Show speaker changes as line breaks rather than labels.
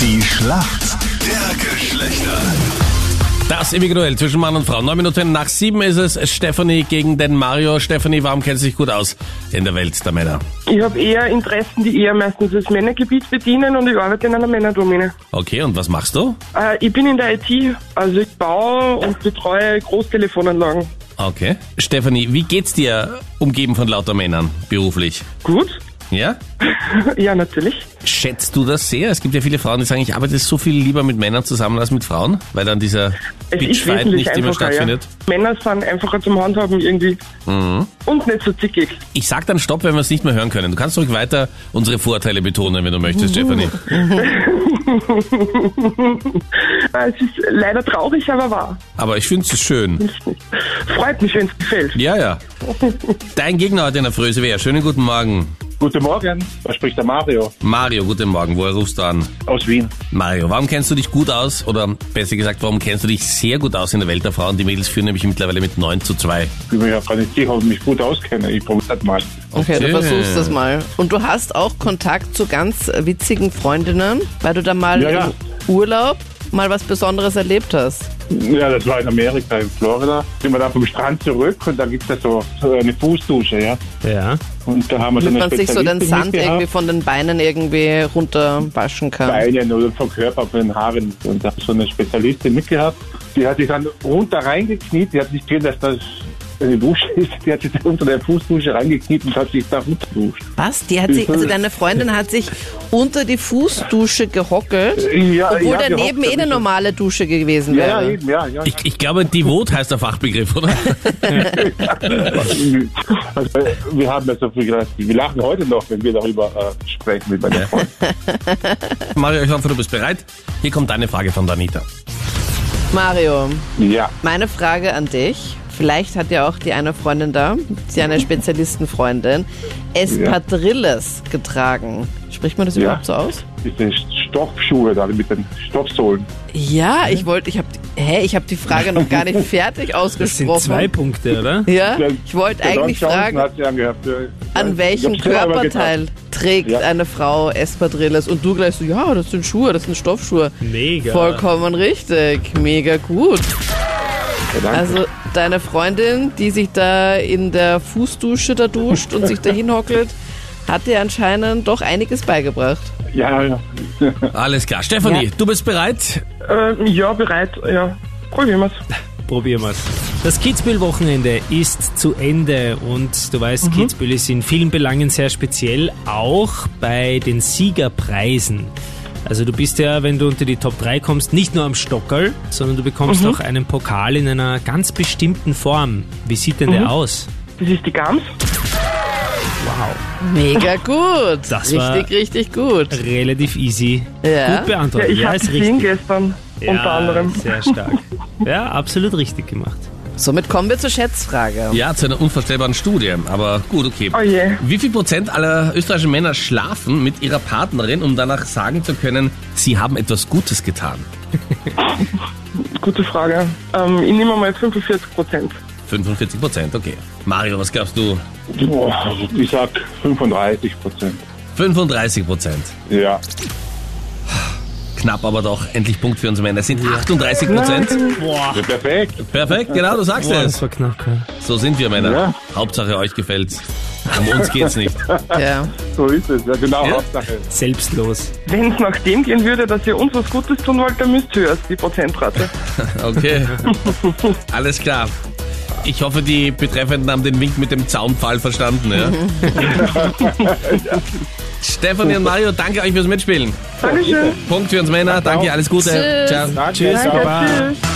Die Schlacht der Geschlechter.
Das ewige Duell zwischen Mann und Frau. Neun Minuten nach sieben ist es Stephanie gegen den Mario. Stephanie, warum kennst du dich gut aus in der Welt der Männer?
Ich habe eher Interessen, die eher meistens das Männergebiet bedienen und ich arbeite in einer Männerdomäne.
Okay, und was machst du?
Äh, ich bin in der IT, also ich baue und betreue Großtelefonanlagen.
Okay. Stephanie, wie geht's dir, umgeben von lauter Männern, beruflich?
Gut?
Ja?
Ja, natürlich.
Schätzt du das sehr? Es gibt ja viele Frauen, die sagen, ich arbeite so viel lieber mit Männern zusammen als mit Frauen, weil dann dieser
Es
Big
ist
Fight
wesentlich
nicht immer
einfacher. Ja.
stattfindet. Mhm.
Männer sind einfacher zum Handhaben irgendwie. Und nicht so zickig.
Ich sag dann Stopp, wenn wir es nicht mehr hören können. Du kannst ruhig weiter unsere Vorteile betonen, wenn du möchtest, Stephanie.
Äh, Es ist leider traurig, aber wahr.
Aber ich finde es schön.
Hilft nicht. Freut mich, wenn es gefällt.
Ja, ja. Dein Gegner heute in der Fröse wäre. Schönen guten Morgen.
Guten Morgen, da spricht der Mario
Mario, guten Morgen. Woher rufst du an?
aus Wien.
Mario, warum kennst du dich gut aus? Oder besser gesagt, warum kennst du dich sehr gut aus in der Welt der Frauen? Die Mädels führen nämlich mittlerweile mit 9 zu 2.
Ich bin mir ja gar nicht sicher, ob ich mich gut auskenne. Ich probiere das mal.
Okay, du versuchst das mal. Und du hast auch Kontakt zu ganz witzigen Freundinnen, weil du da mal
Ja, ja.
im Urlaub mal was Besonderes erlebt hast.
Ja, das war in Amerika, in Florida. Sind wir dann vom Strand zurück und da gibt es ja so, so eine Fußdusche, ja.
Ja.
Und da haben wir so
Damit
eine
man sich so den
Spezialistin
Sand
mitgehabt.
irgendwie von den Beinen irgendwie runterwaschen kann.
Beinen oder vom Körper, von den Haaren. Und da habe ich so eine Spezialistin mitgehabt. Die hat sich dann runter reingekniet. Die hat nicht gesehen, dass das eine Dusche ist. Die hat sich dann unter der Fußdusche reingekniet und hat sich da runtergeduscht.
Was? Die hat sich, also deine Freundin hat sich unter die Fußdusche gehockelt,
Ja,
obwohl
ja, gehofft,
daneben eh
damit
eine
das-
normale Dusche gewesen
Ja, ja,
wäre.
eben, ja, ja.
Ich, ich glaube, Devot heißt der Fachbegriff, oder?
Also, äh, wir haben ja so viel gelacht. Wir lachen heute noch, wenn wir darüber äh, sprechen mit meiner Freundin.
Mario, ich hoffe, du bist bereit. Hier kommt deine Frage von Danita.
Mario,
Ja,
Meine Frage an dich. Vielleicht hat ja auch die eine Freundin da, die
Mhm.
eine Spezialistenfreundin, Espadrilles getragen. Spricht man das
Ja.
überhaupt so aus?
diese Stoffschuhe da mit den Stoffsohlen.
Ja, ich wollte, ich habe, hä, ich habe die Frage noch gar nicht fertig
Das sind zwei
ausgesprochen.
Punkte, oder?
Ja,
Der-
ich wollte
der
eigentlich
Don Johnson
fragen,
Hat sie angehabt. Ja,
an
ich
welchem
hab's selber
Körperteil trägt
Ja.
eine Frau Espadrilles? Und du gleich so, ja, das sind Schuhe, das sind Stoffschuhe.
Mega.
Vollkommen richtig, mega gut.
aber gedacht. Ja, danke.
Also deine Freundin, die sich da in der Fußdusche da duscht und sich da hinhockelt, hat dir anscheinend doch einiges beigebracht.
ja, ja.
Alles klar. Stefanie,
Ja.
du bist bereit?
Ähm, ja, bereit, ja. Probieren wir's.
Probieren wir's. Das Kitzbühel-Wochenende ist zu Ende und du weißt,
Mhm.
Kitzbühel ist in vielen Belangen sehr speziell, auch bei den Siegerpreisen. Also du bist ja, wenn du unter die Top 3 kommst, nicht nur am Stockerl, sondern du
Mhm.
bekommst auch einen Pokal in einer ganz bestimmten Form. Wie sieht denn
Mhm.
der aus?
Das ist die Gams.
Mega gut.
Das
richtig,
war-
richtig gut.
Relativ easy.
Ja.
Gut
Ja,
beantwortet.
ich
ja
habe
ist
gesehen
richtig.
gestern, unter anderem.
Sehr stark. Ja, absolut richtig gemacht.
Somit kommen wir zur Schätzfrage.
Ja, zu einer unvorstellbaren Studie. Aber gut, okay.
Oh je.
Wie viel Prozent aller österreichischen Männer schlafen mit ihrer Partnerin, um danach sagen zu können, sie haben etwas Gutes getan?
Gute Frage. Ähm, ich nehme mal 45 Prozent.
45 Prozent, okay. Mario, was glaubst du?
Boah, ich sag 35 Prozent.
35 Prozent.
Ja.
Knapp, aber doch. Endlich Punkt für uns Männer. Es sind 38 Prozent.
ja. Perfekt.
Perfekt, genau, du sagst
Boah,
es.
das war knapp. Ja.
So sind wir Männer.
Ja.
Hauptsache euch gefällt's. Um uns geht's nicht.
Ja.
So ist es. Ja, genau.
Ja.
Hauptsache.
Selbstlos.
Wenn es nach dem gehen würde, dass ihr uns was Gutes tun wollt, dann müsst ihr erst die Prozentrate.
Okay. Alles klar. Ich hoffe, die Betreffenden haben den Wink mit dem Zaunpfahl verstanden. Ja? Stefanie und Mario, danke euch fürs Mitspielen.
Dankeschön.
Punkt für uns Männer. Danke, alles Gute.
Tschüss.
Ciao.
Danke. Tschüss.
Danke, tschüss.